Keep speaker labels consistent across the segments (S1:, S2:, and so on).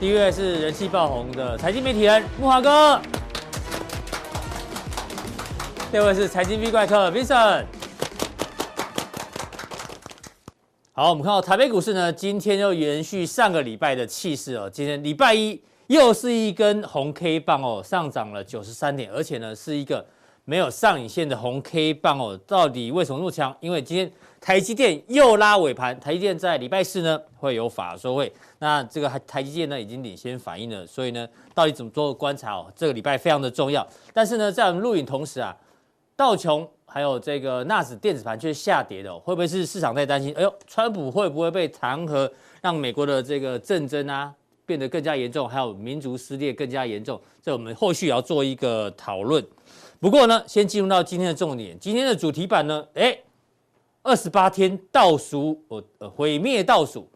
S1: 第一位是人气爆红的财经媒体人木华哥，第二位是财经 V 怪客 Vincent。好，我们看到台北股市呢，今天又延续上个礼拜的气势哦。今天礼拜一又是一根红 K 棒哦，上涨了九十三点，而且呢是一个没有上影线的红 K 棒哦。到底为什么那么强？因为今天台积电又拉尾盘，台积电在礼拜四呢会有法说会，那这个台台积电呢已经领先反应了，所以呢到底怎么做观察哦，这个礼拜非常的重要。但是呢，在我们录影同时啊，道琼还有这个纳指电子盘却是下跌的、哦，会不会是市场在担心？哎呦，川普会不会被弹劾，让美国的这个政争啊变得更加严重，还有民族撕裂更加严重？这我们后续也要做一个讨论。不过呢，先进入到今天的重点，今天的主题版呢，哎，二十八天倒数，呃呃，毁灭倒数。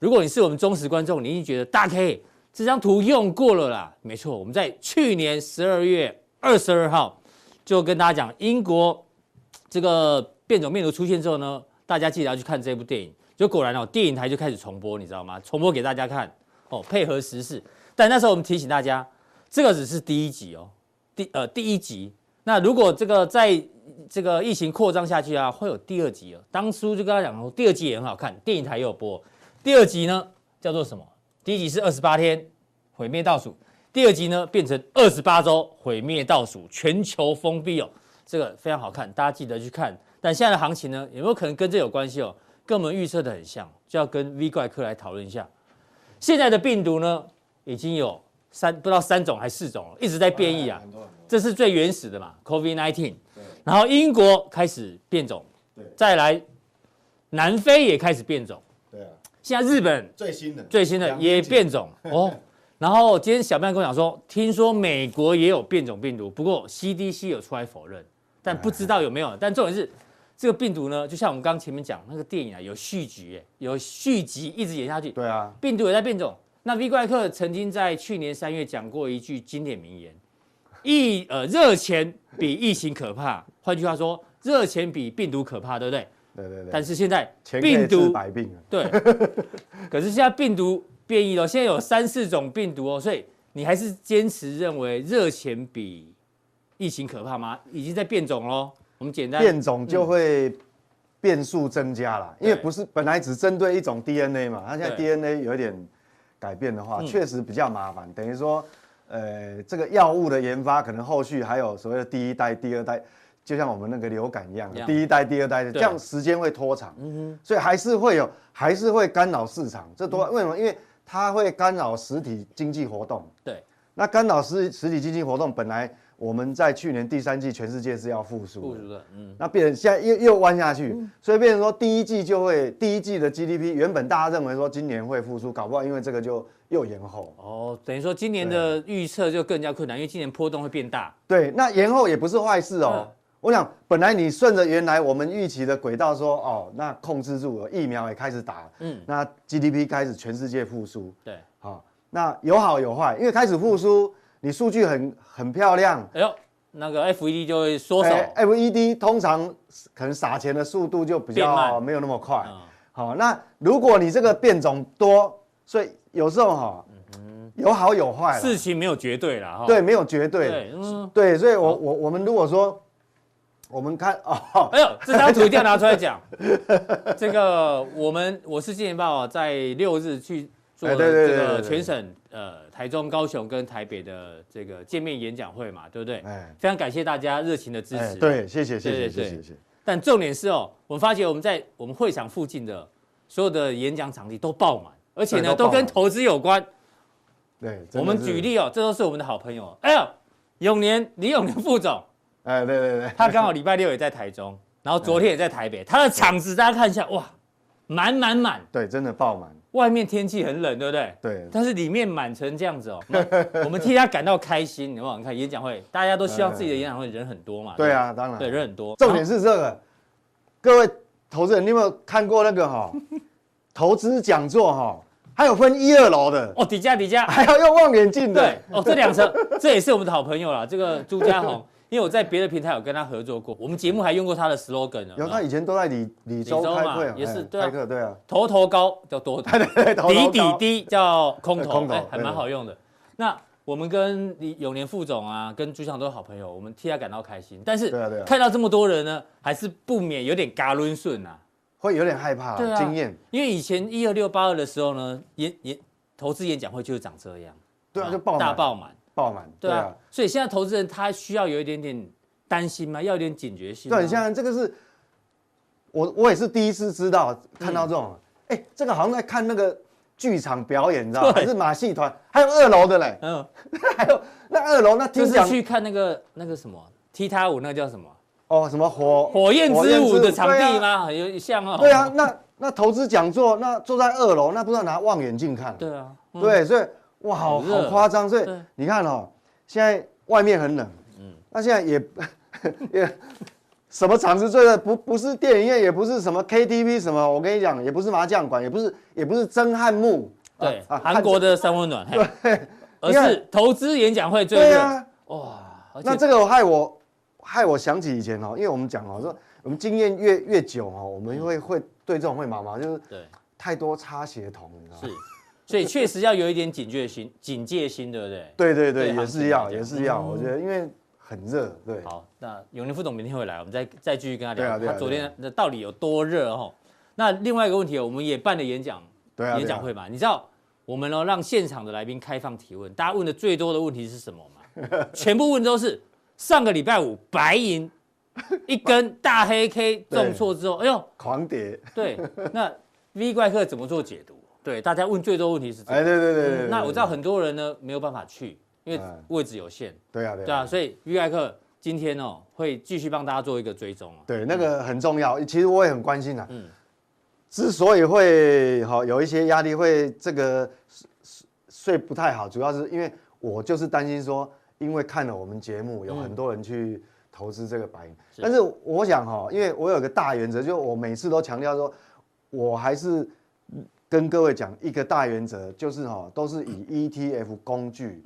S1: 如果你是我们忠实观众，你一定觉得大 K 这张图用过了啦。没错，我们在去年十二月二十二号就跟大家讲，英国这个变种病毒出现之后呢，大家记得要去看这部电影。就果然哦，电影台就开始重播，你知道吗？重播给大家看哦，配合时事。但那时候我们提醒大家，这个只是第一集哦，第呃第一集。那如果这个在这个疫情扩张下去啊，会有第二集哦。当初就跟他讲说，哦第二集也很好看，电影台也有播。第二集呢叫做什么？第一集是二十八天毁灭倒数，第二集呢变成二十八周毁灭倒数，全球封闭哦。这个非常好看，大家记得去看。但现在的行情呢，有没有可能跟这有关系哦？跟我们预测的很像，就要跟 V 怪客来讨论一下。现在的病毒呢，已经有三不知道三种还是四种了，一直在变异
S2: 哎
S1: 啊。这是最原始的嘛，COVID nineteen。然后英国开始变种，再来南非也开始变种，
S2: 对啊，
S1: 现在日本
S2: 最新的
S1: 最新的也变 种哦。然后今天小曼跟我讲说，听说美国也有变种病毒，不过 CDC 有出来否认，但不知道有
S2: 哎
S1: 没有。但重点是，这个病毒呢，就像我们刚前面讲那个电影啊，有续集耶，有续集一直演下去。
S2: 对啊，
S1: 病毒也在变种。那 V 怪客曾经在去年三月讲过一句经典名言：疫呃热钱比疫情可怕。换句话说，热钱比病毒可怕，对不对？
S2: 对对对，
S1: 但是现在
S2: 钱可以
S1: 病
S2: 治
S1: 毒
S2: 百病啊，
S1: 对，可是现在病毒变异了，现在有三四种病毒哦，所以你还是坚持认为热钱比疫情可怕吗？已经在变种喽。我们简单
S2: 变种就会变数增加啦，因为
S1: 对
S2: 不是本来只针对一种 DNA 嘛，它现在
S1: 对嗯
S2: DNA 有一点改变的话，确实比较麻烦，等于说，呃，这个药物的研发可能后续还有所谓的第一代、第二代。就像我们那个流感一样
S1: 一，样
S2: 第一代、第二代，这
S1: 对嗯
S2: 样时间会拖长，所以还是会有，还是会干扰市场。这
S1: 嗯
S2: 多为什么？因为它会干扰实体经济活动，
S1: 对
S2: 那干扰实实体经济活动，本来我们在去年第三季全世界是要复苏
S1: 不
S2: 的，
S1: 如的，嗯，
S2: 那变成现在又又弯下去，所以变成说第一季就会第一季的 GDP 原本大家认为说今年会复苏，搞不好因为这个就又延后。
S1: 哦，等于说今年的预测就更加困难，因为今年波动会变大。
S2: 对，那延后也不是坏事哦。
S1: 嗯
S2: 我想本来你顺着原来我们预期的轨道说，哦，那控制住了，疫苗也开始打，
S1: 嗯
S2: 嗯，那 GDP 开始全世界复苏，
S1: 对，
S2: 好、那有好有坏，因为开始复苏，你数据很很漂亮，
S1: 哎呦，那个 FED 就会缩手，
S2: 哎 LED 通常可能撒钱的速度就比
S1: 变
S2: 较
S1: 慢
S2: 没有那么快
S1: 嗯。
S2: 好、那如果你这个变种多，所以有时候哈、
S1: 嗯
S2: 有好有坏啦，
S1: 事情没有绝对啦，哈。
S2: 哎对，没有绝对，
S1: 对，嗯，
S2: 对，所以我我我们如果说我们看 哦，
S1: 哎呦，这张图一定要拿出来讲。这个我们我是《金钱报》在六日去做
S2: 哎
S1: 了
S2: 对对
S1: 这
S2: 对
S1: 个
S2: 对对
S1: 全省呃台中、高雄跟台北的这个见面演讲会嘛，对不对？
S2: 哎
S1: 非常感谢大家热情的支持。
S2: 哎，。对，谢谢谢
S1: 对对
S2: 谢
S1: 对
S2: 谢谢谢谢，
S1: 但重点是哦，我们发觉我们在我们会场附近的所有的演讲场地都爆满，而且呢
S2: 对都
S1: 都
S2: 爆满
S1: 跟投资有关。
S2: 对，真的
S1: 我们
S2: 是
S1: 举，例哦，这都是我们的好朋友。哎呦，永年李永年副总，
S2: 哎，对对 对，
S1: 他刚好礼拜六也在台中，然后昨天也在台北，他的场子大家看一下，哇，满满满，
S2: 对，真的爆满，
S1: 外面天气很冷，对不对？
S2: 对
S1: 但是里面满成这样子哦， 那我们替他感到开心。你往往看演讲会，大家都希望自己的演讲会人很多嘛。
S2: 对
S1: 不
S2: 啊，当然。
S1: 对，人很多。
S2: 重点是这个，各位投资人，你有没有看过那个 哈、投资讲座哈、还有分一二楼的，
S1: 哦，底价底价，
S2: 还要用望远镜的。
S1: 对哦，这两层 这也是我们的好朋友啦。这个朱家宏，因为我在别的平台有跟他合作过，我们节目还用过他的 slogan 呢。
S2: 有他以前都在李李州
S1: 李州嘛
S2: 开会，
S1: 也是
S2: 哎
S1: 对啊
S2: 开 课，对啊，
S1: 头头高叫多头，
S2: 对头
S1: 底
S2: 脑
S1: 底
S2: 高
S1: 低叫空头，
S2: 空头
S1: 哎还蛮
S2: 对
S1: 好用的。那我们跟李永年副总啊，跟朱强都是好朋友，我们替他感到开心。但是
S2: 对啊对啊
S1: 看到这么多人呢，还是不免有点嘎抡顺啊。
S2: 会有点害怕
S1: 对，啊
S2: 经验，
S1: 因为以前一二六八二的时候呢，演演投资演讲会就是长这样，
S2: 对啊，就爆满
S1: 嗯大爆满，
S2: 爆满，
S1: 对
S2: 对
S1: 啊
S2: 啊。。
S1: 所以现在投资人他需要有一点点担心嘛，要有一点警觉性啊。
S2: 对，你想想，这个是我我也是第一次知道看到这种，哎、这个好像在看那个剧场表演，你知道吗？
S1: 嗯对
S2: 还是马戏团，还有二楼 的嘞，
S1: 嗯，
S2: 还有那二楼那
S1: 就
S2: 听
S1: 是
S2: 讲
S1: 去看那个那个什么踢踏舞，那个叫什么
S2: 哦，什么火
S1: 火焰之舞的场地？
S2: 对啊
S1: 吗？很有像哦。
S2: 对啊，那那投资讲座，那坐在二楼，那不知道拿望远镜看，
S1: 对啊，嗯
S2: 对，所以哇，好
S1: 很热
S2: 好夸张，所以
S1: 对
S2: 你看哦，现在外面很冷，嗯，那现在也 也什么场子最热？不不是电影院，也不是什么 KTV 什么，我跟你讲，也不是麻将馆，也不是也不是真汉墓，
S1: 对，
S2: 啊啊
S1: 韩国的三温暖，嘿而
S2: 你看
S1: 是投资演讲会最
S2: 对
S1: 热
S2: 啊，
S1: 哇！而且
S2: 那这个害我害我想起以前哦，因为我们讲哦，说我们经验越越久哦，我们
S1: 嗯
S2: 会会对这种会麻麻，就是
S1: 对
S2: 太多擦鞋童，你知道吗？
S1: 是，所以确实要有一点警觉心，警戒心，对不对？
S2: 对对
S1: 对
S2: 对，也
S1: 行情
S2: 是
S1: 来
S2: 要
S1: 讲
S2: 也是要，我觉得因为很热，对，
S1: 好，那永年副总明天会来，我们再再继续跟他
S2: 对
S1: 聊
S2: 啊对啊
S1: 他昨
S2: 对
S1: 天的到底有多热哦。那另外一个问题，我们也办了演讲
S2: 对啊，
S1: 演
S2: 对啊
S1: 讲会嘛，你知道我们呢让现场的来宾开放提问，大家问的最多的问题是什么吗？全部问都是上个礼拜五白 银一根大黑 K 重挫之后，哎呦，
S2: 狂跌。
S1: 对，那 V 怪客怎么做解读？对，大家问最多问题是这
S2: 哎，
S1: 个。
S2: 对对对对对，
S1: 嗯那我知
S2: 对
S1: 道很多人呢没有办法去，因为
S2: 嗯
S1: 位置有限，
S2: 对啊对
S1: 对啊，所以 V 怪客今天哦会继续帮大家做一个追踪啊。
S2: 对那个很重要。其实我也很关心啊。
S1: 嗯
S2: 之所以会好、有一些压力，会这个睡睡睡不太好，主要是因为我就是担心说，因为看了我们节目，有很多人去投资这个白银。
S1: 嗯是
S2: 但是我想哈、因为我有个大原则，就我每次都强调说，我还是跟各位讲一个大原则，就是哈、都是以 ETF 工具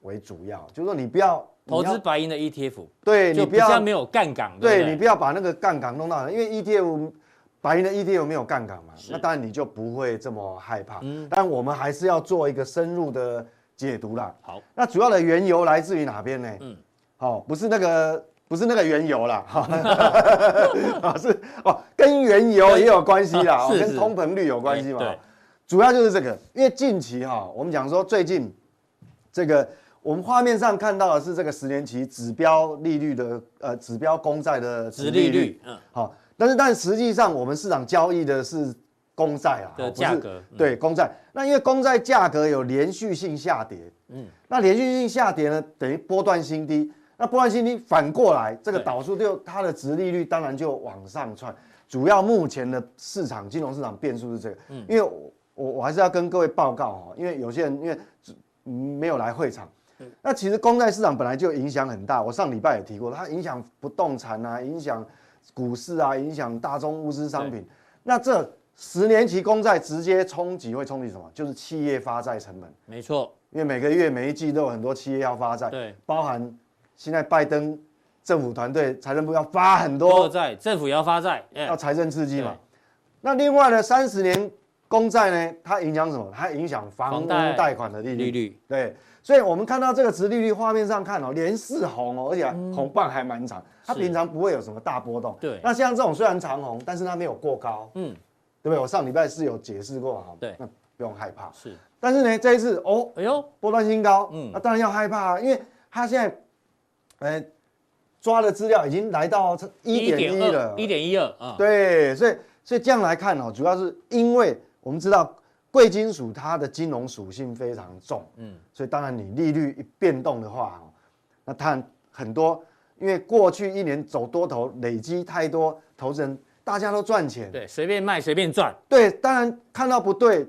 S2: 为主要，就是说你不要你
S1: 嗯投资
S2: 要
S1: 白银的 ETF
S2: 对你
S1: 就
S2: 不
S1: 比较
S2: 要
S1: 没有杠杆，
S2: 对
S1: 不
S2: 你不要把那个杠杆弄到，因为 ETF 白银的 ETF 没有杠杆嘛，那当然你就不会这么害怕。但我们还是要做一个深入的解读啦。
S1: 好，
S2: 那主要的缘由来自于哪边呢？嗯，好、不是那个。不是那个缘由啦，哈， 啊是哦，跟原油也有关系啦，哦
S1: 是
S2: 跟
S1: 是
S2: 通膨率有关系嘛。
S1: 对，
S2: 主要就是这个，因为近期哈、我们讲说最近这个我们画面上看到的是这个十年期指标利率的呃指标公债的
S1: 殖利率，，嗯，
S2: 好、但是但实际上我们市场交易的是公债啊，
S1: 的
S2: 哦不是
S1: 价格嗯
S2: 对公债，那因为公债价格有连续性下跌，嗯，那连续性下跌呢，等于波段新低，那波段新低反过来，这个
S1: 对
S2: 导数就它的值利率当然就往上窜。主要目前的市场金融市场变数是这个，
S1: 嗯
S2: 因为我我我还是要跟各位报告哦，因为有些人因为嗯没有来会场。
S1: 嗯
S2: 那其实公债市场本来就影响很大，我上礼拜也提过，它影响不动产啊，影响股市啊，影响大宗物资商品。那这十年期公债直接冲击会冲击什么？就是企业发债成本，
S1: 没错，
S2: 因为每个月每一季都有很多企业要发债，
S1: 对，
S2: 包含现在拜登政府团队财政部要发很
S1: 多
S2: 多，
S1: 债，政府也要发债，哎
S2: 要，财政刺激嘛
S1: 对。
S2: 那另外呢，三十年公债呢，它影响什么？它影响房
S1: 房
S2: 屋
S1: 贷
S2: 贷款的利
S1: 利
S2: 率。
S1: 率，
S2: 对，所以我们看到这个殖利率画面上看哦，连四红哦，而且红棒还蛮长，它
S1: 嗯是
S2: 平常不会有什么大波动。
S1: 对
S2: 那像这种虽然长红，但是它没有过高，
S1: 嗯，
S2: 对不对？我上礼拜是有解释过哈，
S1: 对
S2: 那不用害怕。
S1: 是，
S2: 但是呢，这一次哦，
S1: 哎呦，
S2: 波段新高，
S1: 嗯
S2: 嗯，那当然要害怕啊，因为它现在，呃，抓的资料已经来到一点一了，
S1: 一点一二啊，
S2: 对，所以所以这样来看哦，主要是因为我们知道贵金属它的金融属性非常重，
S1: 嗯
S2: 嗯，所以当然你利率一变动的话哦，那它很多，因为过去一年走多头累积太多投资人，大家都赚钱，
S1: 对，随便卖随便赚，
S2: 对，当然看到不对，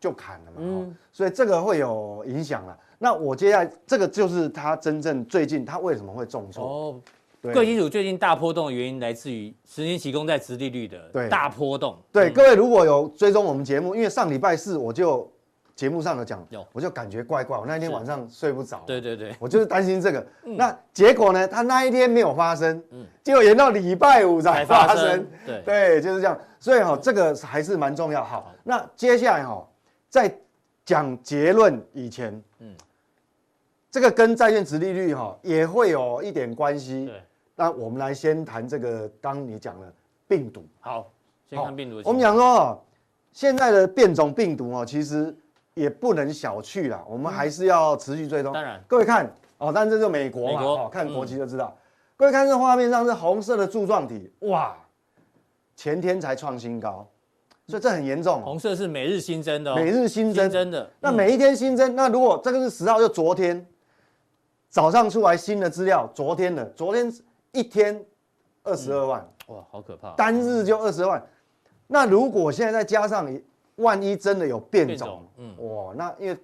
S2: 就砍了嘛，
S1: 嗯
S2: 哦所以这个会有影响了。那我接下来这个就是它真正最近它为什么会重挫？
S1: 哦，
S2: 对
S1: 贵金属最近大波动的原因来自于十年期公债殖利率的
S2: 对
S1: 大波动。
S2: 对，各位如果有追踪我们节目，因为上礼拜四我就节目上有讲
S1: 有，
S2: 我就感觉怪怪，我那一天晚上睡不着，
S1: 对对对，
S2: 我就是担心这个。
S1: 嗯
S2: 那结果呢，它那一天没有发生，结果延到礼拜五才
S1: 才发
S2: 发生
S1: 生，对
S2: 对，就是这样。所以哈、这个还是蛮重要。好，那接下来哈、在讲结论以前，嗯，这个跟债券值利率哈、也会有一点关系
S1: 对。
S2: 那我们来先谈这个，刚你讲了病毒，
S1: 好，先看病毒的情况。
S2: 我们讲说哦，现在的变种病毒哦，其实也不能小觑啦，我们还是要持续追踪。
S1: 嗯当然
S2: 各位看哦，但这就美国嘛，
S1: 美国
S2: 哦，看
S1: 嗯
S2: 国旗就知道。各位看这画面上是红色的柱状体，哇，前天才创新高，所以这很严重哦、
S1: 红色是每日新增的哦，
S2: 每日新增
S1: 新增嗯的。
S2: 那每一天新增，那如果这个是十号，就昨天早上出来新的资料，昨天的，昨天一天二十二万。
S1: 哇，好可怕！
S2: 单日就二十万。那如果现在再加上一，万一真的有变种，
S1: 变种嗯
S2: 哇，那因为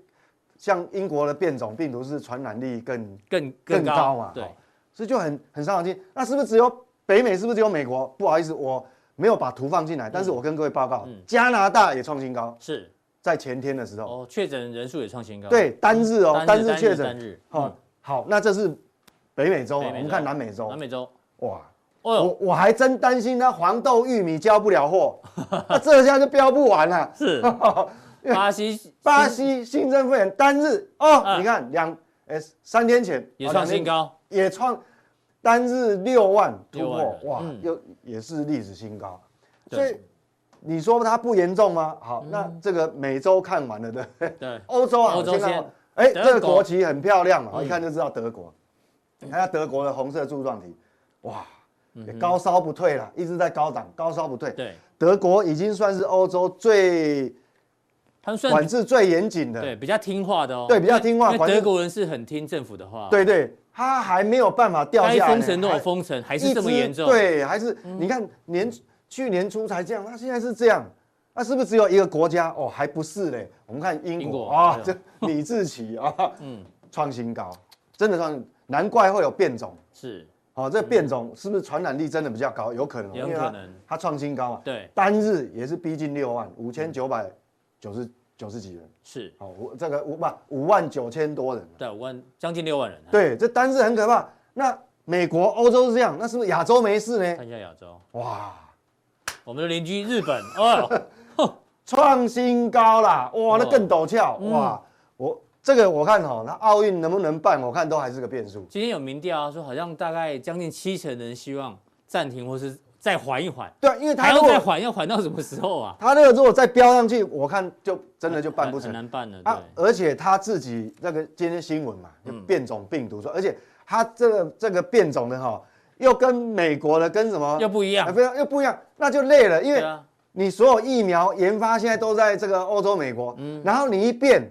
S2: 像英国的变种病毒是传染力更，
S1: 更
S2: 更高嘛
S1: 对
S2: 哦，所以就很很伤脑筋。那是不是只有北美？是不是只有美国？不好意思，我没有把图放
S1: 嗯
S2: 进来，但是我跟各位报告，加拿大也创新高，
S1: 是
S2: 在前天的时候，
S1: 嗯哦，确诊人数也创新高。
S2: 对，单日哦，
S1: 单
S2: 单
S1: 日
S2: 日确
S1: 单
S2: 诊，
S1: 日嗯
S2: 哦，好，那这是北美洲啊，
S1: 北美洲
S2: 我们看南美洲
S1: 嗯南，美洲，
S2: 哇，
S1: 哦
S2: 我
S1: 呦，
S2: 我还真担心那黄豆、玉米交不了货， 那这下就标不完了。
S1: 是巴西，
S2: 巴西新增肺炎单日哦，
S1: 啊
S2: 你看两哎三天前
S1: 也创新，
S2: 哦
S1: 高，
S2: 两天也创单日六万突
S1: 六万
S2: 破，
S1: 人
S2: 哇，
S1: 嗯
S2: 又也是历史新高。
S1: 对
S2: 所以你说它不严重吗？好，那这个美洲看完了的，对不对
S1: 对，
S2: 欧洲啊，
S1: 欧洲
S2: 我看
S1: 先
S2: 到哎，
S1: 德
S2: 这个
S1: 国
S2: 国旗很漂亮嘛，
S1: 嗯
S2: 一看就知道德国。你看它德国的红色柱状体，哇，也高烧不退了，一直在高档，高烧不退。
S1: 嗯对，
S2: 德国已经算是欧洲最
S1: 他们算
S2: 管制最严谨的，
S1: 对比较听话的哦，
S2: 对比较听
S1: 因
S2: 话，
S1: 为
S2: 管制
S1: 德国人是很听政府的话，
S2: 对对，它还没有办法掉
S1: 该
S2: 下来呢，
S1: 封城都有
S2: 还
S1: 封城，还
S2: 一
S1: 是这么
S2: 直
S1: 严重，，嗯
S2: 对，还是你看年去年初才这样，那现在是这样，那是不是只有一个国家？哦，还不是嘞，我们看英
S1: 英
S2: 国
S1: 国
S2: 啊，
S1: 对
S2: 这李志 奇啊，嗯，创新高，真的创，难怪会有变种。
S1: 是
S2: 哦，这变种是不是传染力真的比较高？有可能哦，
S1: 嗯有
S2: 因为
S1: 可
S2: 它
S1: 能
S2: 它创新高嘛。
S1: 对嗯
S2: 单日也是逼近六万五千九百九十九十几人，
S1: 是，
S2: 好、五这个五不五万九千多人，
S1: 对，五万将近六万人，，啊
S2: 对，这单日很可怕。那美国、欧洲是这样，那是不是亚洲没事呢？
S1: 看一下亚洲，
S2: 哇，
S1: 我们的邻居日本， 哦，
S2: 创新高啦，哇，那
S1: 哇
S2: 更陡峭，
S1: 嗯
S2: 哇，我这个我看哦，那奥运能不能办，我看都还是个变数。
S1: 今天有民调啊，说好像大概将近七成人希望暂停或是再缓一缓，
S2: 对，因为
S1: 还
S2: 他
S1: 要
S2: 哎如
S1: 再
S2: 果
S1: 缓，要缓到什么时候啊？
S2: 他那个如果再飙上去，我看就真的就办不
S1: 很
S2: 成
S1: 很。难办了，
S2: 啊，
S1: 对，嗯
S2: 而且他自己那个今天新闻嘛，就变种病毒说，而且他这个这个变种的哈，又跟美国的跟什么
S1: 又不一样
S2: 啊，不要又不一样，那就累了，因
S1: 对
S2: 为
S1: 啊，
S2: 你所有疫苗研发现在都在这个欧洲、美国，
S1: 嗯
S2: 然后你一变，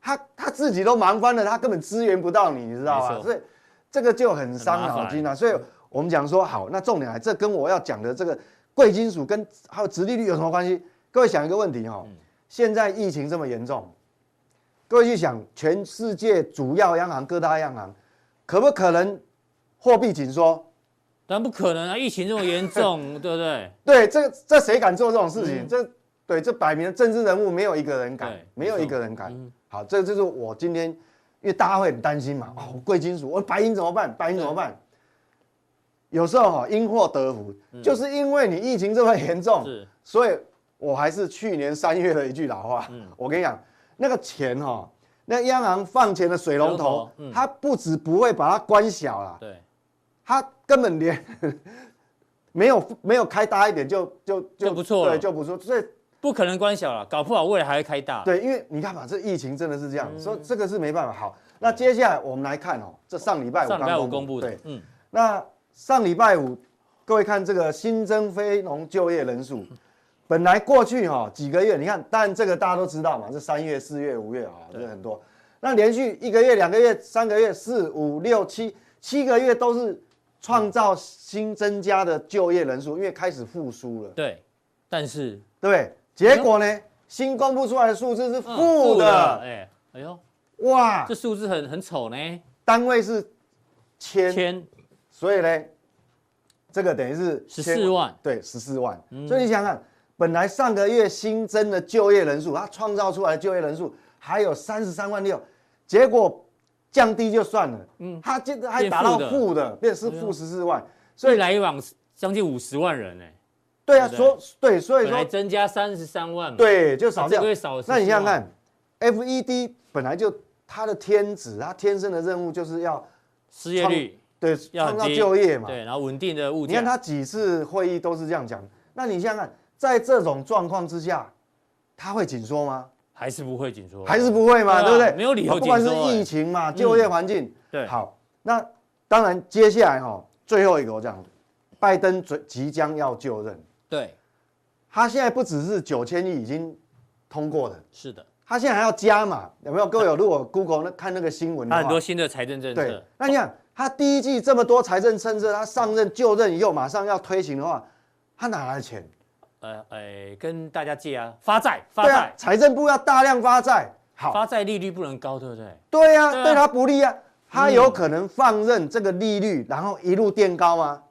S2: 他他自己都忙翻了，他根本支援不到你，你知道
S1: 没
S2: 吗？
S1: 错
S2: 所以这个就很伤
S1: 很麻
S2: 脑
S1: 烦
S2: 筋啊。所以我们讲说好，那重点来，这跟我要讲的这个贵金属跟还有殖利率有什么关系？各位想一个问题哈、
S1: 嗯
S2: 现在疫情这么严重，各位去想，全世界主要央行、各大央行，可不可能货币紧缩？
S1: 但不可能啊，疫情这么严 重，对不对？
S2: 对，这这谁敢做这种事情？这对这摆明了政治人物没有一个人敢
S1: 嗯对，嗯
S2: 没有一个人敢。好，这就是我今天，因为大家会很担心嘛，
S1: 嗯
S2: 哦，贵金属，我白银怎么办？白银怎么办？有时候哈、因祸得福，就是因为你疫情这么严重，
S1: 嗯是
S2: 所以我还是去年三月的一句老话，
S1: 嗯
S2: 我跟你讲，那个钱哈、那央行放钱的水龙
S1: 水龙
S2: 头
S1: 头，嗯
S2: 它不止不会把它关小啦，
S1: 对，
S2: 他根本连 没有没有开大一点就就
S1: 就不错了
S2: 对，就不错。所以
S1: 不可能关小了，搞不好未来还会开大。
S2: 对，因为你看嘛，这疫情真的是这样，所以这个是没办法。好，那接下来我们来看哦，这上礼拜五
S1: 上礼拜
S2: 刚
S1: 五公布的
S2: 对，，
S1: 嗯，
S2: 那上礼拜五，各位看这个新增非农就业人数，本来过去哈、几个月，你看，但这个大家都知道嘛，这三月、四月、五月啊、这很多。那连续一个月、两个月、三个月、四五六七七个月都是创造新增加的就业人数，因为开始复苏了，
S1: 对，但是
S2: 对不对？结果呢，新公布出来的数字是
S1: 嗯
S2: 负的，
S1: 哎，哎呦，
S2: 哇
S1: 这，数字很很丑呢，
S2: 单位是千，
S1: 千
S2: 所以呢，这个等于是
S1: 十
S2: 千
S1: 四万，
S2: 对，十四万。所以你想想，本来上个月新增的就业人数，它创造出来的就业人数还有三十三万六，结果降低就算了，嗯，它这个还
S1: 变
S2: 达到
S1: 负的哎
S2: 负的，变是负十四万。
S1: 所
S2: 所
S1: 以
S2: 以
S1: 来往将近五十万人呢，
S2: 对啊，
S1: 对不
S2: 所对，所以
S1: 本来
S2: 说
S1: 增加三十三万嘛，
S2: 对就
S1: 啊，
S2: 少
S1: 这
S2: 掉
S1: 个。月少了14
S2: 那
S1: 万，
S2: 你想想看，FED 本来就它的天职，它天生的任务就是要
S1: 失业率
S2: 对
S1: 要很
S2: 创造
S1: 低
S2: 就业嘛，
S1: 对，然后稳定的物价，
S2: 你看他几次会议都是这样讲。那你想想看，在这种状况之下，他会紧缩吗？
S1: 还是不会紧缩，
S2: 还是不会嘛，
S1: 对啊
S2: 对不对？
S1: 没有理由
S2: 不管是
S1: 紧缩哎嗯
S2: 疫情嘛，就业环境，
S1: 对
S2: 好，那当然接下来哈、最后一个我讲，拜登准即将要就任，
S1: 对，
S2: 他现在不只是九千亿已经通过了，
S1: 是的，
S2: 他现在还要加码，有没有？各位有如果 Google 那看那个新闻的
S1: 他很
S2: 话，
S1: 多新的财政政
S2: 嗯对
S1: 策，，
S2: 那你想，他第一季这么多财政政策，他上任就任以后马上要推行的话，他哪来的钱？
S1: 呃呃，跟大家借啊，发债发
S2: 对啊
S1: 债，，
S2: 财政部要大量发债，好，
S1: 发债利率不能高，对不对？
S2: 对呀、
S1: 对啊
S2: 对他不利啊，他有可能放任这个利率，然后一路垫高吗？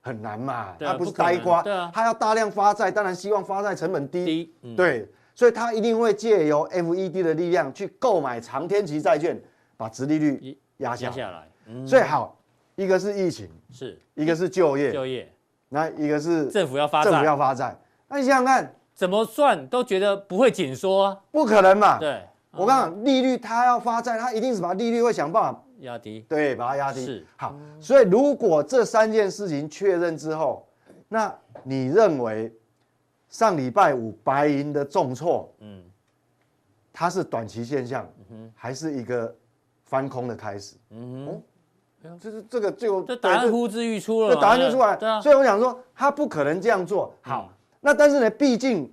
S2: 很难嘛，
S1: 对啊
S2: 他不是
S1: 不可能
S2: 呆瓜，
S1: 对啊
S2: 他要大量发债，当然希望发债成本低，
S1: 低，嗯，
S2: 对，所以他一定会借由 FED 的力量去购买长天期债券，把殖利率压下
S1: 压
S2: 来。
S1: 下来，嗯，
S2: 所以好，一个是疫情，
S1: 是
S2: 一个是就业，
S1: 就业，
S2: 那一个是
S1: 政府要发
S2: 政府
S1: 债，
S2: 要发债。那你想想看，
S1: 怎么算都觉得不会紧缩啊，
S2: 不可能嘛？
S1: 对，
S2: 我刚讲利率，它要发债，它一定是把利率会想办法
S1: 压低，
S2: 对把它压低。
S1: 是
S2: 好，所以如果这三件事情确认之后，那你认为上礼拜五白银的重挫，
S1: 嗯，
S2: 它是短期现象，还是一个翻空的开始？嗯哼，就是这个就
S1: 这答案
S2: 对
S1: 呼之欲出了
S2: 这
S1: 嘛，
S2: 答案就
S1: 对
S2: 出来。
S1: 对啊，嗯
S2: 所以我想说，他不可能这样做。好，那但是呢，毕竟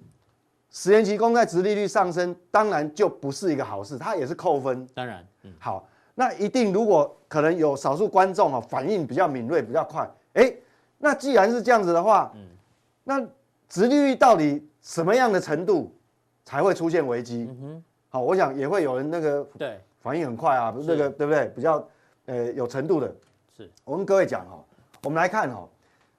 S2: 十年期公债值利率上升，当然就不是一个好事，它也是扣分。
S1: 当然，嗯，
S2: 好，那一定如果可能有少数观众哦反应比较敏锐，比较快，哎，那既然是这样子的话，那殖利率到底什么样的程度才会出现危机？好，我想也会有人那个
S1: 对，
S2: 反应很快啊，那个对不对？比较呃有程度的。
S1: 是，
S2: 我跟各位讲哦，我们来看哦，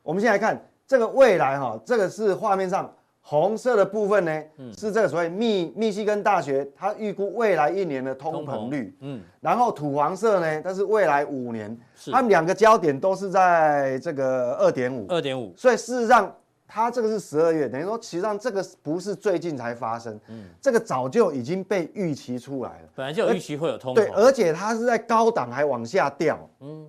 S2: 我们先来看这个未来哈、哦，这个是画面上红色的部分呢，是这个所谓密密西根大学它预估未来一年的通膨率，
S1: 嗯，
S2: 然后土黄色呢，它是未来五年，
S1: 是
S2: 它们两个焦点都是在这个二点五，
S1: 二点五，
S2: 所以事实上，它这个是十二月，等于说，其实上这个不是最近才发生，
S1: 嗯
S2: 这个早就已经被预期出来了。
S1: 本来就有预期会有通
S2: 对，
S1: 膨，
S2: 而且它是在高档还往下掉，嗯，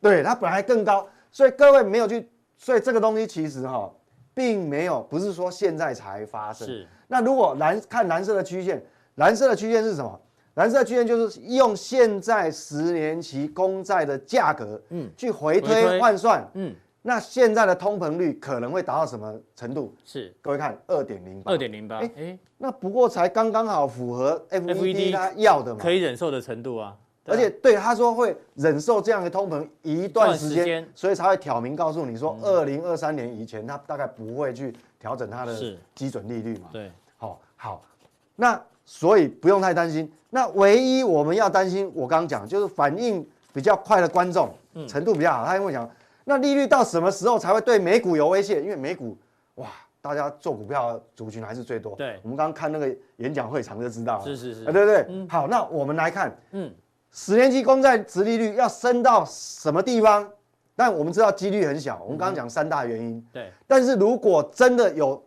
S2: 对，它本来更高，所以各位没有去，所以这个东西其实哈、并没有，不是说现在才发生。
S1: 是，
S2: 那如果蓝看蓝色的曲线，蓝色的曲线是什么？蓝色的曲线就是用现在十年期公债的价格，嗯，去回
S1: 回
S2: 推
S1: 推
S2: 换算，
S1: 嗯，
S2: 那现在的通膨率可能会达到什么程度？
S1: 是
S2: 各位看，二点零八，
S1: 二点零八，
S2: 哎
S1: 哎，
S2: 那不过才刚刚好符合
S1: FED
S2: FED 它要的嘛，
S1: E 哎可以忍受的程度啊，对
S2: 而
S1: 啊
S2: 且对他说会忍受这样的通膨一段时
S1: 一段时
S2: 间
S1: 间，嗯
S2: 所以才会挑明告诉你说，二零二三年以前他大概不会去调整他的
S1: 是
S2: 基准利率嘛。
S1: 对，
S2: 好、好，那所以不用太担心。那唯一我们要担心，我刚刚讲就是反应比较快的观众，
S1: 嗯
S2: 程度比较好，他因为讲，那利率到什么时候才会对美股有威胁？因为美股哇，大家做股票的族群还是最多。
S1: 对
S2: 我们刚刚看那个演讲会场就知道了。
S1: 是是是
S2: 啊对不对？好，那我们来看，
S1: 嗯，
S2: 十年期公债殖利率要升到什么地方？但我们知道几率很小，我们刚刚讲三大原因。
S1: 对，
S2: 但是如果真的有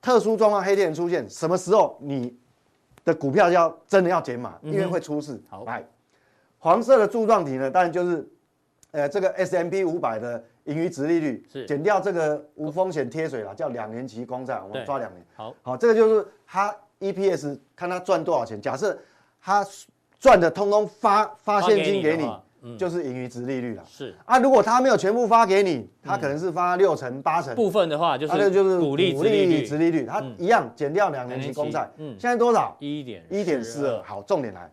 S2: 特殊状况黑天鹅出现，什么时候你的股票要真的要减码，因为会出事。
S1: 嗯好
S2: 来，黄色的柱状体呢，当然就是呃这个 S M P 五百的盈余值利率
S1: 是，
S2: 减掉这个无风险贴水了，叫两年期公债，我
S1: 对
S2: 们抓两年。
S1: 好，
S2: 好，这个就是它 E P S 看它赚多少钱，假设它赚的通通发发现金
S1: 发给
S2: 给
S1: 你
S2: 你
S1: 的话，嗯
S2: 就是盈余值利率了。
S1: 是
S2: 啊，如果他没有全部发给你，他可能是发六成、八成，
S1: 部分的话就
S2: 啊，这
S1: 是
S2: 嗯就是
S1: 鼓励
S2: 股
S1: 殖利
S2: 利
S1: 率
S2: 殖利率，它一样减掉两年期公债，
S1: 嗯
S2: 现在多少？
S1: 一点
S2: 一点四二。，嗯好，重点来，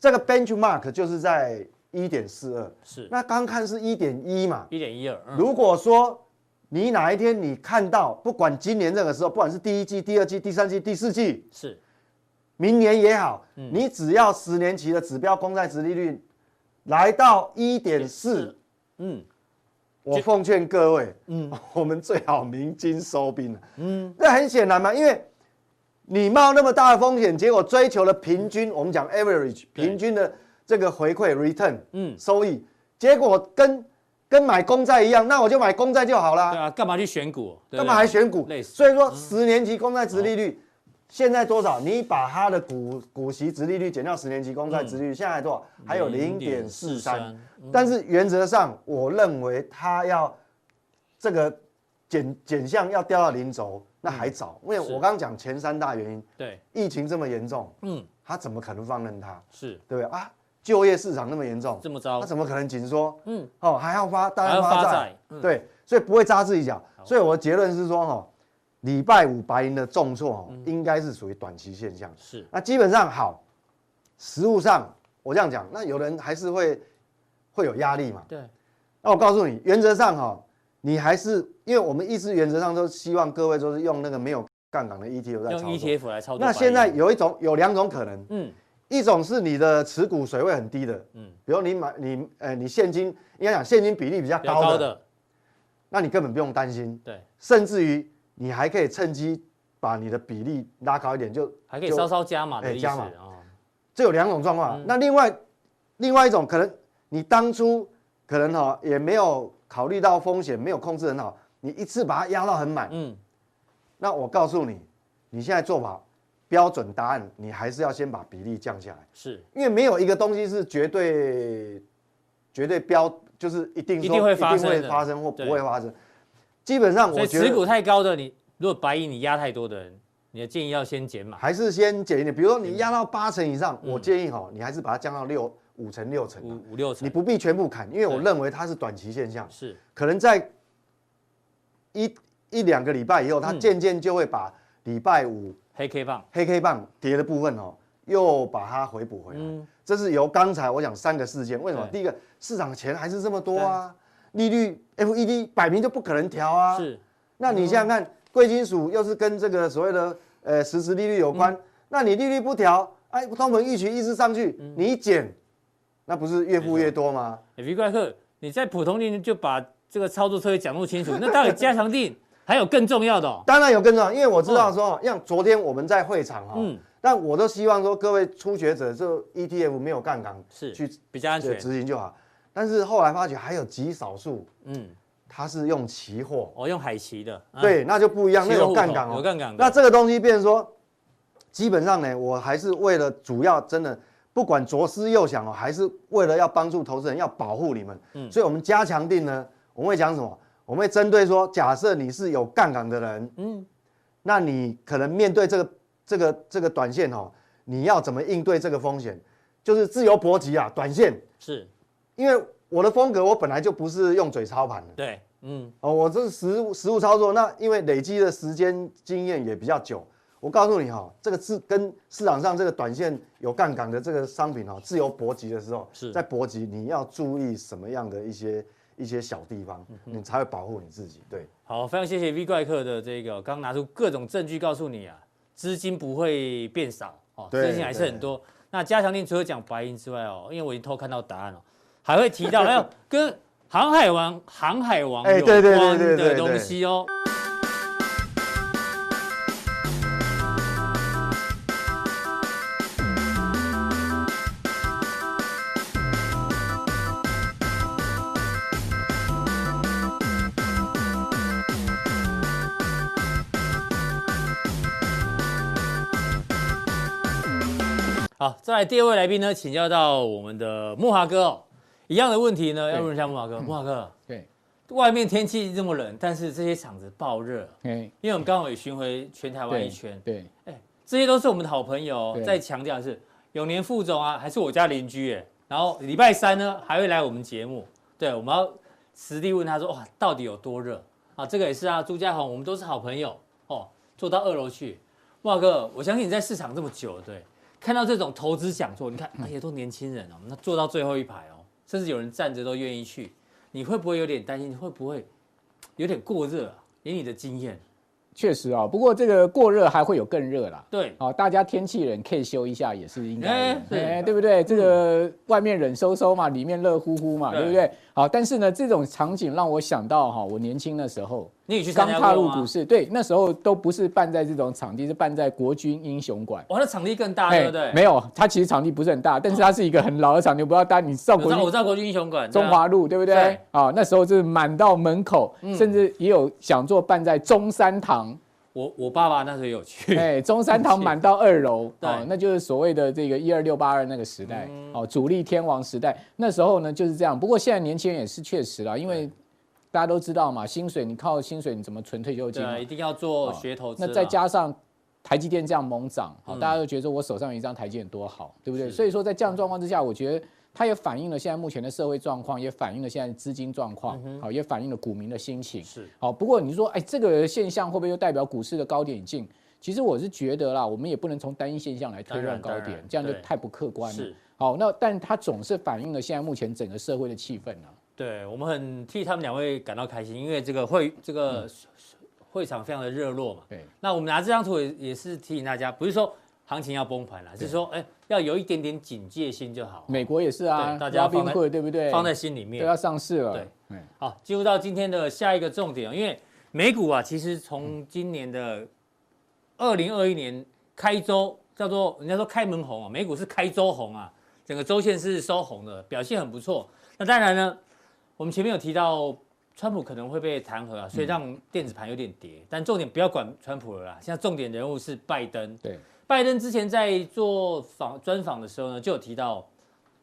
S2: 这个 benchmark 就是在一点四二，
S1: 是
S2: 那刚看是一点一嘛，
S1: 一点一二，嗯
S2: 如果说你哪一天你看到，不管今年这个时候，不管是第一季、第二季、第三季、第四季，
S1: 是
S2: 明年也好，你只要十年期的指标公债值利率来到一点四，
S1: 嗯，
S2: 我奉劝各位，嗯， 我们最好鸣金收兵了，嗯，那很显然嘛，因为你冒那么大的风险，结果追求了平均，我们讲 average
S1: 对
S2: 平均的这个回馈 return，
S1: 嗯
S2: 嗯，收益，结果跟跟买公债一样，那我就买公债就好
S1: 对
S2: 啦，
S1: 啊，干嘛去选股？对不
S2: 干
S1: 对
S2: 嘛还选股
S1: 类？似
S2: 所以说，十年期公债殖利率现在多少？你把它的股股息殖利率减掉十年期公债殖利率，现在还多少？还有嗯零点四
S1: 0.43
S2: 三。但是原则上，我认为它要这个减减项要掉到零轴，那还早。因为
S1: 嗯是
S2: 我刚刚讲前三大原因，
S1: 对，
S2: 疫情这么严重，
S1: 嗯，
S2: 它怎么可能放任它？
S1: 是
S2: 对不对啊？就业市场那么严重，
S1: 这么糟
S2: 他怎么可能紧缩？
S1: 嗯
S2: 嗯，哦，还要发大
S1: 还要
S2: 量
S1: 发
S2: 啊发
S1: 债嗯
S2: 债，对，所以不会扎自己脚。所以我的结论是说，哈，礼拜五白银的重挫，哦，
S1: 嗯
S2: 应该是属于短期现象。
S1: 是
S2: 那基本上好，实物上我这样讲，那有人还是会会有压力嘛？
S1: 对，
S2: 那我告诉你，原则上哈、你还是因为我们一直原则上都希望各位都是用那个没有杠杆的 ETF 在
S1: 用
S2: 操作。
S1: ETF 来操作白银。啊
S2: 那现在有一种有两种可能，
S1: 嗯
S2: 一种是你的持股水位很低的，
S1: 嗯
S2: 嗯，比如你买你呃你现金应该讲现金比例比较
S1: 比较
S2: 高
S1: 高
S2: 的，
S1: 的，
S2: 那你根本不用担心，
S1: 对，
S2: 甚至于你还可以趁机把你的比例拉高一点，就
S1: 还可以
S2: 就
S1: 稍稍加码的
S2: 哎
S1: 意思
S2: 加码
S1: 啊。
S2: 这有两种
S1: 嗯
S2: 状况啊。那另外另外一种可能，你当初可能哈、也没有考虑到风险，没有控制很好，你一次把它压到很满。
S1: 嗯，
S2: 那我告诉你，你现在做法标准答案，你还是要先把比例降下来，
S1: 是
S2: 因为没有一个东西是绝对绝对标，就是一定说
S1: 一定会发生的
S2: 一定会发生或
S1: 对
S2: 不会发生。基本上
S1: 所
S2: 我
S1: 以
S2: 觉
S1: 持
S2: 得
S1: 股太高的你，如果白银你压太多的人，你的建议要先减码。
S2: 还是先减一点，比如说
S1: 嗯
S2: 你压到八成以上，我建议哈，你还是把它降到六五成六成啊、
S1: 五五六成
S2: 你不必全部砍，因为我
S1: 对
S2: 认为它是短期现象，
S1: 是
S2: 可能在一一两个礼拜以后，它
S1: 嗯
S2: 渐渐就会把礼拜五
S1: 黑 K 棒，
S2: 黑 K 棒跌的部分哦，又把它回补回来。
S1: 嗯
S2: 这是由刚才我讲三个事件，为什么？
S1: 对
S2: 第一个，市场钱还是这么多啊，利率 E FED 摆明就不可能调啊。
S1: 是
S2: 那你想想看，贵金属又是跟这个所谓的呃实质利率有
S1: 嗯
S2: 关，那你利率不调，哎，通膨预期一直上去，
S1: 嗯
S2: 你一减，那不是越付越多吗？
S1: 哎，V 怪客，你在普通定就把这个操作策略讲入清楚，那到底加强定还有更重要的哦。
S2: 当然有更重要，因为我知道说，像昨天我们在会场哈、
S1: 嗯
S2: 但我都希望说各位初学者就 ETF 没有杠杆
S1: 是
S2: 去
S1: 比较安
S2: 对
S1: 全。
S2: 执行就好。但是后来发觉还有极少数，
S1: 嗯，
S2: 它是用期货，
S1: 我用海奇的。啊，
S2: 对，那就不一样，
S1: 期货
S2: 那有杠杆
S1: 户
S2: 哦，
S1: 头有杠杆的
S2: 那这个东西变成说，基本上呢，我还是为了主要真的不管左思右想哦，还是为了要帮助投资人，要保护你们。所以我们加强定呢，我们会讲什么？我们会针对说，假设你是有杠杆的人，
S1: 嗯
S2: 嗯，那你可能面对这个这个这个短线哦，你要怎么应对这个风险？就是自由搏击啊，短线，
S1: 是，
S2: 因为我的风格我本来就不是用嘴操盘的。
S1: 对，嗯，
S2: 哦，我这是实物实物操作，那因为累积的时间经验也比较久，我告诉你哈、这个是跟市场上这个短线有杠杆的这个商品哈、自由搏击的时候，
S1: 是
S2: 在搏击你要注意什么样的一些一些小地方，
S1: 嗯
S2: 你才会保护你自己。对，
S1: 好，非常谢谢 V 怪客的这个，刚拿出各种证据告诉你啊，资金不会变少哦，
S2: 对
S1: 资金还是很多。那加强定除了讲白银之外哦，因为我已经偷看到答案了，还会提 到还有跟航海王、航海王
S2: 哎
S1: 有
S2: 对对对
S1: 关
S2: 对对
S1: 的
S2: 对
S1: 东西哦。好，再来第二位来宾呢，请教到我们的木华哥哦，一样的问题呢，要问一下木华哥。木华哥，
S3: 嗯对，
S1: 外面天气这么冷，但是这些场子爆热，
S3: 哎，
S1: 因为我们刚好也巡回全台湾
S3: 对
S1: 一圈，哎
S3: 对，
S1: 这些都是我们的好朋友哦。
S3: 对
S1: 再强调的是，永年副总啊，还是我家邻居哎。然后礼拜三呢，还会来我们节目。对，我们要实地问他说，哇，到底有多热啊？这个也是啊，朱家宏，我们都是好朋友哦。坐到二楼去，哇哥，我相信你在市场这么久，对，看到这种投资讲座，你看，
S3: 嗯
S1: 而且都年轻人哦，那坐到最后一排哦，甚至有人站着都愿意去，你会不会有点担心？你会不会有点过热、啊，以你的经验，
S3: 确实啊、不过这个过热还会有更热啦。
S1: 对，
S3: 好、大家天气冷可以休一下，也是应该的
S1: 哎，嗯对
S3: 对不对？这个外面冷飕飕嘛，里面热乎乎嘛，
S1: 对
S3: 对不对？好，但是呢，这种场景让我想到哈、我年轻的时候，
S1: 你也去参加
S3: 刚踏
S1: 过啊
S3: 入
S1: 吗
S3: 股市，对，那时候都不是办在这种场地，是办在国军英雄馆。
S1: 哇，那场地更大，
S3: 哎
S1: 对不对？嗯
S3: 没有，它其实场地不是很大，但是它是一个很老的场地，我不知道大家你上
S1: 我
S3: 国
S1: 知道，
S3: 军
S1: 我知道国军英雄馆，对啊
S3: 中华路，对不对
S1: 对？嗯
S3: 啊、那时候就是满到门口，甚至也有想做办在中山堂，
S1: 我我爸爸那时候也有 去，
S3: 哎，中山堂满到二楼，
S1: 对嗯
S3: 哦，那就是所谓的这个一二六八二那个时代，哦，主力天王时代，那时候呢就是这样。不过现在年轻人也是确实啦，因为大家都知道嘛，薪水你靠薪水你怎么存退休金
S1: 对
S3: 嘛
S1: 啊，一？定要做
S3: 哦
S1: 学投资啊
S3: 那
S1: 啦。
S3: 再加上台积电这样猛涨，好，
S1: 嗯
S3: 大家都觉得说我手上有一张台积电多好，对不对？
S1: 是
S3: 所以说在这样状况之下，我觉得它也反映了现在目前的社会状况，也反映了现在资金状
S1: 嗯
S3: 况，好，也反映了股民的心情。
S1: 是
S3: 好，不过你说，哎，这个现象会不会又代表股市的高点已经？其实我是觉得啦，我们也不能从单一现象来推
S1: 当然
S3: 论高
S1: 当
S3: 点
S1: 然，
S3: 这样就
S1: 对
S3: 太不客观了
S1: 是。，
S3: 好，那但它总是反映了现在目前整个社会的气氛啊。
S1: 对我们很替他们两位感到开心，因为这个会这个
S3: 嗯
S1: 会场非常的热络嘛。
S3: 对，
S1: 那我们拿这张图也也是提醒大家，不是说行情要崩盘了，是说哎要有一点点警戒心就好，
S3: 美国也是啊，
S1: 对大家放在
S3: Robinhood，对不对？啊
S1: 放在心里面
S3: 都。要上市了。
S1: 对
S3: 嗯，
S1: 好，进入到今天的下一个重点哦，因为美股啊，其实从今年的二零二一年开周叫做人家说开门红啊，美股是开周红啊，整个周线是收红的，表现很不错。那当然呢，我们前面有提到川普可能会被弹劾啊，所以让电子盘有点跌，但重点不要管川普了啦，现在重点人物是拜登。
S3: 对，
S1: 拜登之前在做访专访的时候呢，就有提到，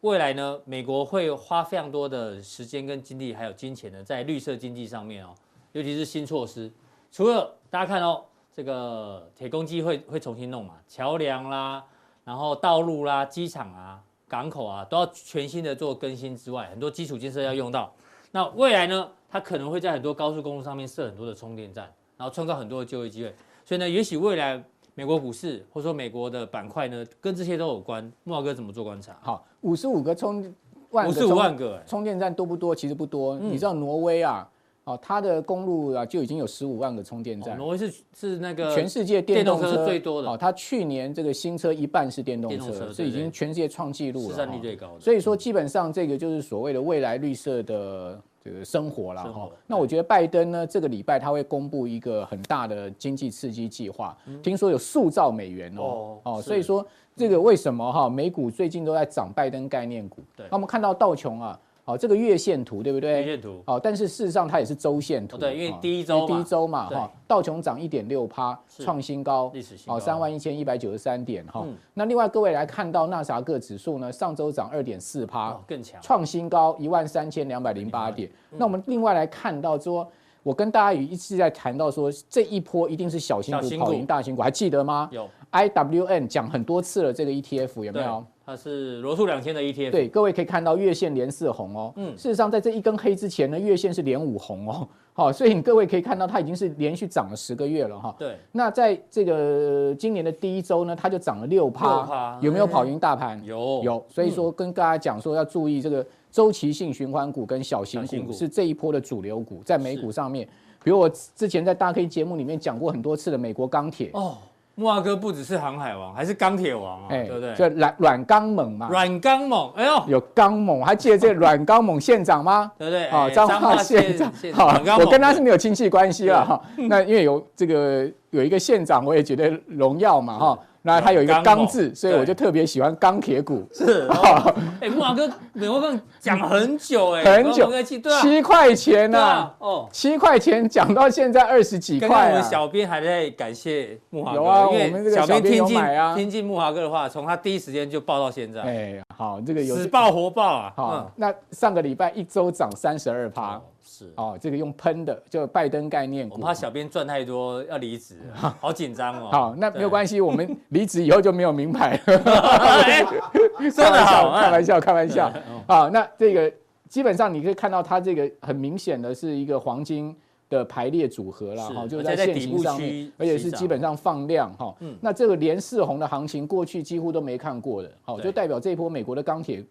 S1: 未来呢，美国会花非常多的时间跟精力，还有金钱呢，在绿色经济上面哦，尤其是新措施。除了大家看哦，这个铁公鸡会会重新弄嘛，桥梁啦，然后道路啦、机场啊、港口啊，都要全新的做更新之外，很多基础建设要用到。那未来呢，它可能会在很多高速公路上面设很多的充电站，然后创造很多的就业机会。所以呢，也许未来美国股市或者说美国的板块呢，跟这些都有关。木华哥怎么做观察？
S3: 好，五十五个充万
S1: 五
S3: 个
S1: 十五
S3: 充
S1: 万个、哎
S3: 充电站多不多？其实不多。
S1: 嗯
S3: 你知道挪威啊，哦，它的公路啊就已经有十五万个充电
S1: 哦
S3: 站，
S1: 挪威是是那个
S3: 全世界
S1: 电
S3: 电
S1: 动
S3: 动
S1: 车
S3: 车
S1: 最多的
S3: 哦，它去年这个新车一半是电动
S1: 电动车
S3: 车，是已
S1: 对对
S3: 经全世界创纪录
S1: 市
S3: 了。
S1: 占率
S3: 哦
S1: 最高的
S3: 所以说，基本上这个就是所谓的未来绿色的这个生活啦。
S1: 生活
S3: 哈
S1: 对。
S3: 那我觉得拜登呢，这个礼拜他会公布一个很大的经济刺激计划，听说有数兆美元
S1: 嗯
S3: 哦。
S1: 哦
S3: 哦，
S1: 是
S3: 所以说这个为什么哈美股最近都在涨拜登概念股？
S1: 对
S3: 那我们看到道琼啊，哦这个月线图对不对？
S1: 月线图
S3: 哦，但是事实上它也是周线图。
S1: 哦对因为
S3: 哦
S1: 第一周嘛
S3: 第一周嘛
S1: 对
S3: 哈，道琼涨一点六趴，
S1: 是
S3: 创新高，
S1: 历史新高
S3: 哦，三万一千一百九十三点哈
S1: 嗯。
S3: 那另外各位来看到纳啥克指数呢，上周涨二点四趴
S1: 哦，更强，
S3: 创新高一万三千两百零八点。
S1: 嗯
S3: 那我们另外来看到说。我跟大家也一直在谈到说，这一波一定是小型
S1: 小
S3: 股
S1: 型股
S3: 跑赢大型股，还记得吗
S1: 有
S3: ？IWN 讲很多次了，这个 ETF 有没
S1: 对
S3: 有？，
S1: 它是罗素两千的 E ETF，
S3: 对，各位可以看到月线连四红哦。
S1: 嗯
S3: 事实上在这一根黑之前呢，月线是连五红哦。 好、所以你各位可以看到，它已经是连续涨了十个月了哈、
S1: 对
S3: 那在这个呃今年的第一周呢，它就涨了六
S1: 6%
S3: 趴，有没有跑赢大盘？
S1: 哎有嗯
S3: 有，所以说跟大家讲说要注意这个周期性循环股跟小型
S1: 小型股
S3: 股是这一波的主流股，在美股上面，比如我之前在大 K 节目里面讲过很多次的美国钢铁，
S1: 哦，木华哥不只是航海王，还是钢铁王啊，对不
S3: 哎
S1: 对？
S3: 就软软钢猛嘛，
S1: 软钢猛，哎呦，
S3: 有钢猛，还记得这个软钢猛县长吗？
S1: 对不对？哎，
S3: 哦彰化县
S1: 彰
S3: 长
S1: 化县，
S3: 好
S1: 软钢，
S3: 我
S1: 猛
S3: 跟他是没有亲戚关系了哈。那因为有这个有一个县长，我也觉得荣耀嘛哈。那他有一个
S1: 钢猛
S3: 钢字，所
S1: 嗯
S3: 以
S1: 对
S3: 我就特别喜欢钢铁股，
S1: 是，哦哎，木华哥美国更讲很久哎，
S3: 很
S1: 美国
S3: 久
S1: 更气对啊，
S3: 七块钱
S1: 对
S3: 呐
S1: 啊，，哦。
S3: 七块钱讲到现在二十几
S1: 刚刚
S3: 块
S1: 我们
S3: 啊。
S1: 小编还在感谢木华哥，
S3: 有啊
S1: 因为
S3: 我们这个
S1: 小
S3: 小编
S1: 听
S3: 有
S1: 进
S3: 买啊
S1: 听进木华哥的话，从他第一时间就报到现在，
S3: 哎，好，这个有
S1: 死爆活爆啊！
S3: 好，那上个礼拜一周涨三十二趴
S1: 嗯，，是，
S3: 哦，这个用喷的，就拜登概念
S1: 我
S3: 股。
S1: 怕小编赚太多要离职 了，好紧张哦。
S3: 好，那没有关
S1: 系，
S3: 系，我们离职以后就没有名牌了。
S1: 哎 说的
S3: 开玩
S1: 好
S3: 笑，
S1: 啊，嗯
S3: 开玩笑，开玩笑。好，那这个基本上你可以看到它这个很明显的是一个黄金的排列组合啦，
S1: 是
S3: 哈，就是
S1: 而且在
S3: 现
S1: 底部
S3: 行上
S1: 区
S3: 面，而且
S1: 起
S3: 是
S1: 涨
S3: 基本上放量哈
S1: 嗯。
S3: 那这个连四红的行情过去几乎都没看过的，好，
S1: 对
S3: 就代表这一波美国的钢铁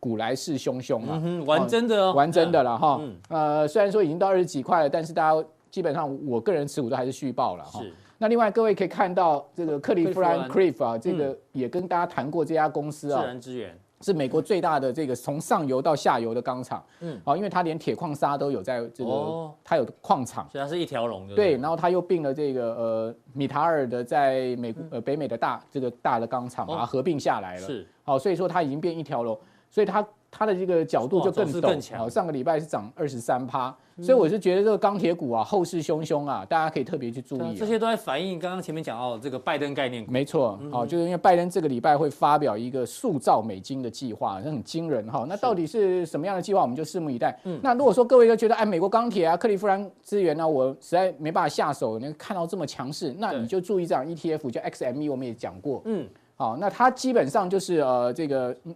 S3: 古来势汹汹啊
S1: 嗯，哼，玩真的哦，
S3: 玩真的了哈
S1: 嗯。
S3: 呃，虽然说已经到二十几块了，但是大家基本上我个人持股都哦还是续报了哈
S1: 嗯是。
S3: 那另外各位可以看到这个克利夫兰
S1: 克
S3: Cliff 啊，这
S1: 嗯
S3: 个也跟大家谈过这家公司
S1: 自
S3: 啊，
S1: 然资源，
S3: 是美国最大的这个从上游到下游的钢厂。嗯，好，因为它连铁矿砂都有在这个
S1: 哦，
S3: 它有矿场。
S1: 所以它是一条龙的。
S3: 对，然后他又并了这个呃米塔尔的在美国呃北美的大这个大的钢厂，把它
S1: 嗯哦
S3: 合并下来了。
S1: 是
S3: 好，所以说它已经变一条龙，所以它它的这个角度
S1: 哇
S3: 就
S1: 走
S3: 更
S1: 势
S3: 陡。
S1: 更强嗯
S3: 好，上个礼拜是涨二十三趴，所以我是觉得这个钢铁股啊后势汹汹啊，大家可以特别去注
S1: 对啊
S3: 意、
S1: 这
S3: 啊。
S1: 些都在反映刚刚前面讲到的这个拜登概念股。
S3: 没错，好，就是因为拜登这个礼拜会发表一个塑造美金的计划，那很惊人哈。那到底是什么样的计划，我们就拭目以待。
S1: 嗯
S3: 那如果说各位都觉得，哎，美国钢铁啊、克利夫兰资源呢、我实在没办法下手，能看到这么强势，那
S1: 对
S3: 你就注意这样，E ETF 叫 XME，我们也讲过，
S1: 嗯，
S3: 好，那它基本上就是呃这个嗯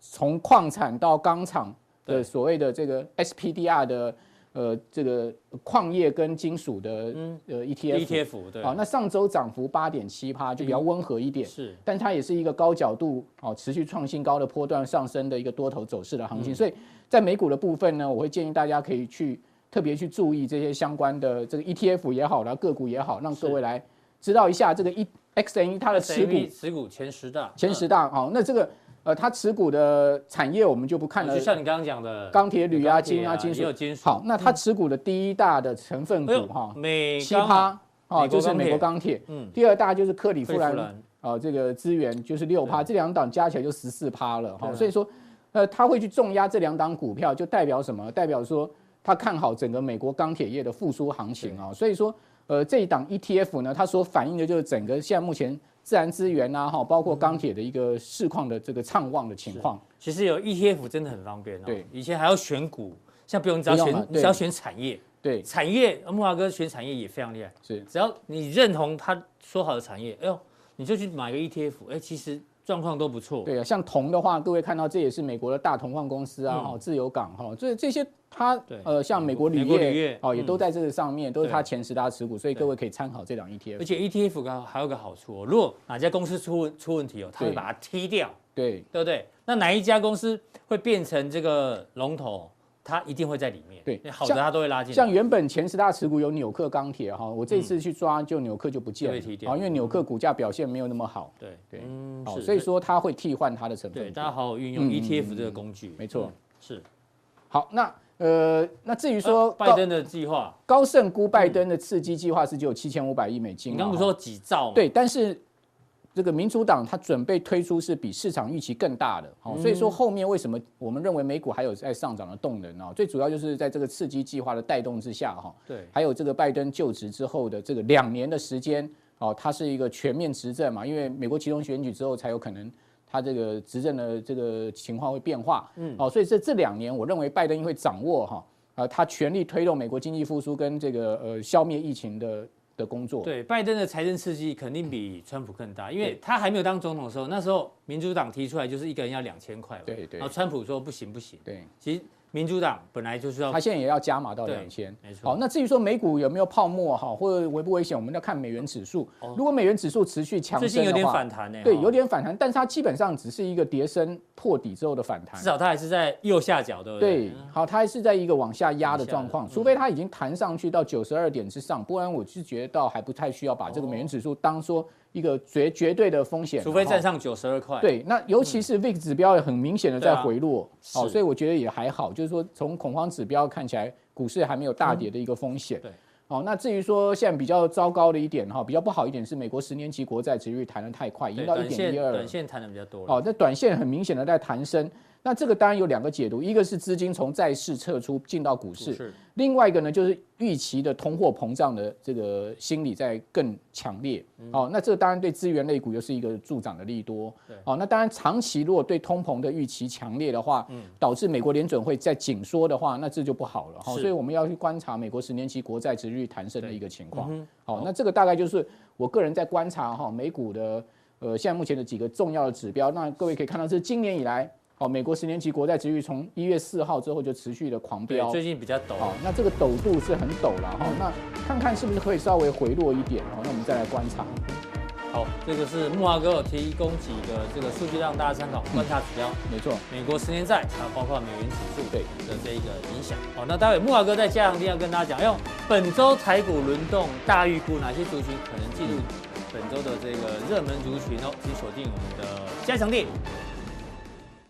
S3: 从矿产到钢厂的
S1: 对
S3: 所谓的这个 SPDR 的呃这个矿业跟金属的、
S1: 嗯
S3: 呃 ETF。
S1: ETF E 对，嗯
S3: 好，啊哦那上周涨幅八点七趴，就比较温和一点。
S1: 是
S3: 但它也是一个高角度哦，持续创新高的波段上升的一个多头走势的
S1: 嗯
S3: 行情。所以在美股的部分呢，我会建议大家可以去特别去注意这些相关的这个 ETF 也好，然后个股也好，让各位来知道一下这个一 XNE 它的持股
S1: SME 持股前十大，
S3: 前十大好，那这个呃，它持股的产业我们就不看
S1: 嗯，
S3: 了
S1: 就，像你刚刚讲的
S3: 钢铁、铝啊、
S1: 钢铁
S3: 金啊、金
S1: 也有
S3: 属。
S1: 金属。
S3: 好，那它持股的第一大的成分
S1: 哎呦
S3: 股哈，
S1: 美
S3: 七
S1: 钢啊
S3: 趴哦，
S1: 美国
S3: 就是美国钢铁。
S1: 嗯
S3: 第二大就是克利夫
S1: 克利夫
S3: 兰
S1: 兰
S3: 哦，这个资源就是六趴，这两档加起来就十四趴了哈。
S1: 对啊
S3: 所以说，呃，它会去重压这两档股票，就代表什么？代表说它看好整个美国钢铁业的复苏行情啊。所以说，呃，这一档 ETF 呢，它所反映的就是整个现在目前自然资源啊，哈，包括
S1: 嗯
S3: 钢铁的一个市况的这个畅旺的情况。
S1: 其实有 ETF 真的很方便哦。
S3: 对
S1: 以前还要选股，现在不用，你只要
S3: 不用
S1: 选
S3: 了，
S1: 你
S3: 对
S1: 只要选产业，
S3: 对，
S1: 产业呃木华哥选产业也非常厉害，
S3: 是
S1: 只要你认同他说好的产业，哎呦，你就去买个 ETF，哎，其实状况都不错。
S3: 对啊，像铜的话，各位看到这也是美国的大铜矿公司啊，哈、自由港哈，这这些它
S1: 嗯对
S3: 呃，像美国
S1: 美
S3: 铝
S1: 国铝
S3: 业
S1: 业
S3: 哦，也
S1: 嗯
S3: 都在这个上面，都是它
S1: 对
S3: 前十大持股，所以
S1: 对
S3: 各位可以参考这 E 档
S1: 而
S3: ETF。
S1: 且 ETF 刚好还有个好处哦，如果哪家公司出问出问题哦，它会
S3: 对
S1: 把它踢掉，
S3: 对
S1: 对不对？那哪一家公司会变成这个龙头，它一定会在里面。
S3: 对
S1: 因为好的它都会拉进来。
S3: 像原本前十大持股有纽克钢铁哈，我这次去抓就纽克就不
S1: 嗯
S3: 见
S1: 就
S3: 了
S1: 被提，掉
S3: 啊，因为纽克股价表现没有那么好，
S1: 对
S3: 对
S1: 嗯
S3: 好，
S1: 是
S3: 所以说它会替换它的成
S1: 对
S3: 分股
S1: 大。家好好运用
S3: 嗯
S1: ETF 这个工具，
S3: 没错
S1: 嗯，是。
S3: 好，那呃，那至于说
S1: 啊拜
S3: 高
S1: 登的计划，
S3: 高盛估拜登的刺激计划是只有七千五百亿美金啊，
S1: 你刚不是
S3: 哈
S1: 说几兆吗？
S3: 对，但是这个民主党它准备推出是比市场预期更大的，好、所以说后面为什么我们认为美股还有在上涨的动能啊？最主要就是在这个刺激计划的带动之下，哈、
S1: 对
S3: 还有这个拜登就职之后的这个两年的时间，哦，他是一个全面执政嘛，因为美国其中选举之后才有可能。他这个执政的这个情况会变化，嗯，哦，所以这这两年，我认为拜登会掌握哈，呃，他全力推动美国经济复苏跟这个呃消灭疫情的的工作，
S1: 对，拜登的财政刺激肯定比川普更大，因为他还没有当总统的时候，那时候民主党提出来就是一个人要两千块嘛，
S3: 对对
S1: 然后川普说不行不行，
S3: 对，
S1: 其实民主党本来就是要
S3: 它现在也要加码到
S1: 哦对
S3: 两千，
S1: 没错
S3: 好，那至于说美股有没有泡沫哈，或者危不危险，我们要看美元指数。如果美元指数持续强
S1: 哦最
S3: 升
S1: 近有
S3: 的
S1: 点
S3: 话
S1: 反，弹呢，
S3: 对，
S1: 哦
S3: 有，点反弹，但是它基本上只是一个跌升破底之后的反弹
S1: 至。少他还是在右下角，对不
S3: 对
S1: 对？，
S3: 好，它还是在一个往下压的状况，
S1: 往下的嗯
S3: 除非它已经弹上去到九十二点之上，不然我是觉得倒还不太需要把这个美元指数当说一个绝绝对的风险，
S1: 哦除非
S3: 哈
S1: 站上九十二块，，
S3: 对，那尤其是 VIX 指标也很明显的
S1: 嗯对
S3: 在
S1: 啊
S3: 回落，好、
S1: 是
S3: 所以我觉得也还好，就是说从恐慌指标看起来，股市还没有大跌的一个风险。
S1: 嗯对
S3: 好、那至于说现在比较糟糕的一点哈，比较不好一点是美国十年期国债殖利率弹得太快，已经
S1: 对
S3: 到一
S1: 短
S3: 点
S1: 线
S3: 一二了
S1: 短。线弹的比较多了，
S3: 哦，那短线很明显的在弹升，那这个当然有两个解读，一个是资金从债市撤出进到股市，
S1: 是
S3: 另外一个呢，就是预期的通货膨胀的这个心理在更强烈。
S1: 嗯
S3: 哦，那这当然对资源类股又是一个助长的利多
S1: 对。
S3: 哦，那当然长期如果对通膨的预期强烈的话，
S1: 嗯
S3: 导致美国联准会再紧缩的话，那这就不好了哈、哦
S1: 是
S3: 所以我们要去观察美国十年期国债值率弹升的一个情况。
S1: 嗯
S3: 好，那这个大概就是我个人在观察哈、美股的呃现在目前的几个重要的指标。那各位可以看到，是今年以来。哦，美国十年期国债值率从一月四号之后就持续的狂
S1: 对
S3: 飙，，
S1: 最近比较陡，，
S3: 好哦那这个陡哦度是很陡了哈，那看看是不是可以稍微回落一点，好，那我们再来观察。
S1: 好，这个是木华哥有提供几个这个数据让大家参考，观察指标。
S3: 没错。
S1: 美国十年债，还有包括美元指数
S3: 对
S1: 的这一个影响。好，那待会木华哥在加强定要跟大家讲，用本周台股轮动大预估哪些族群可能进入本周的这个热门族群哦，请锁定我们的加强定。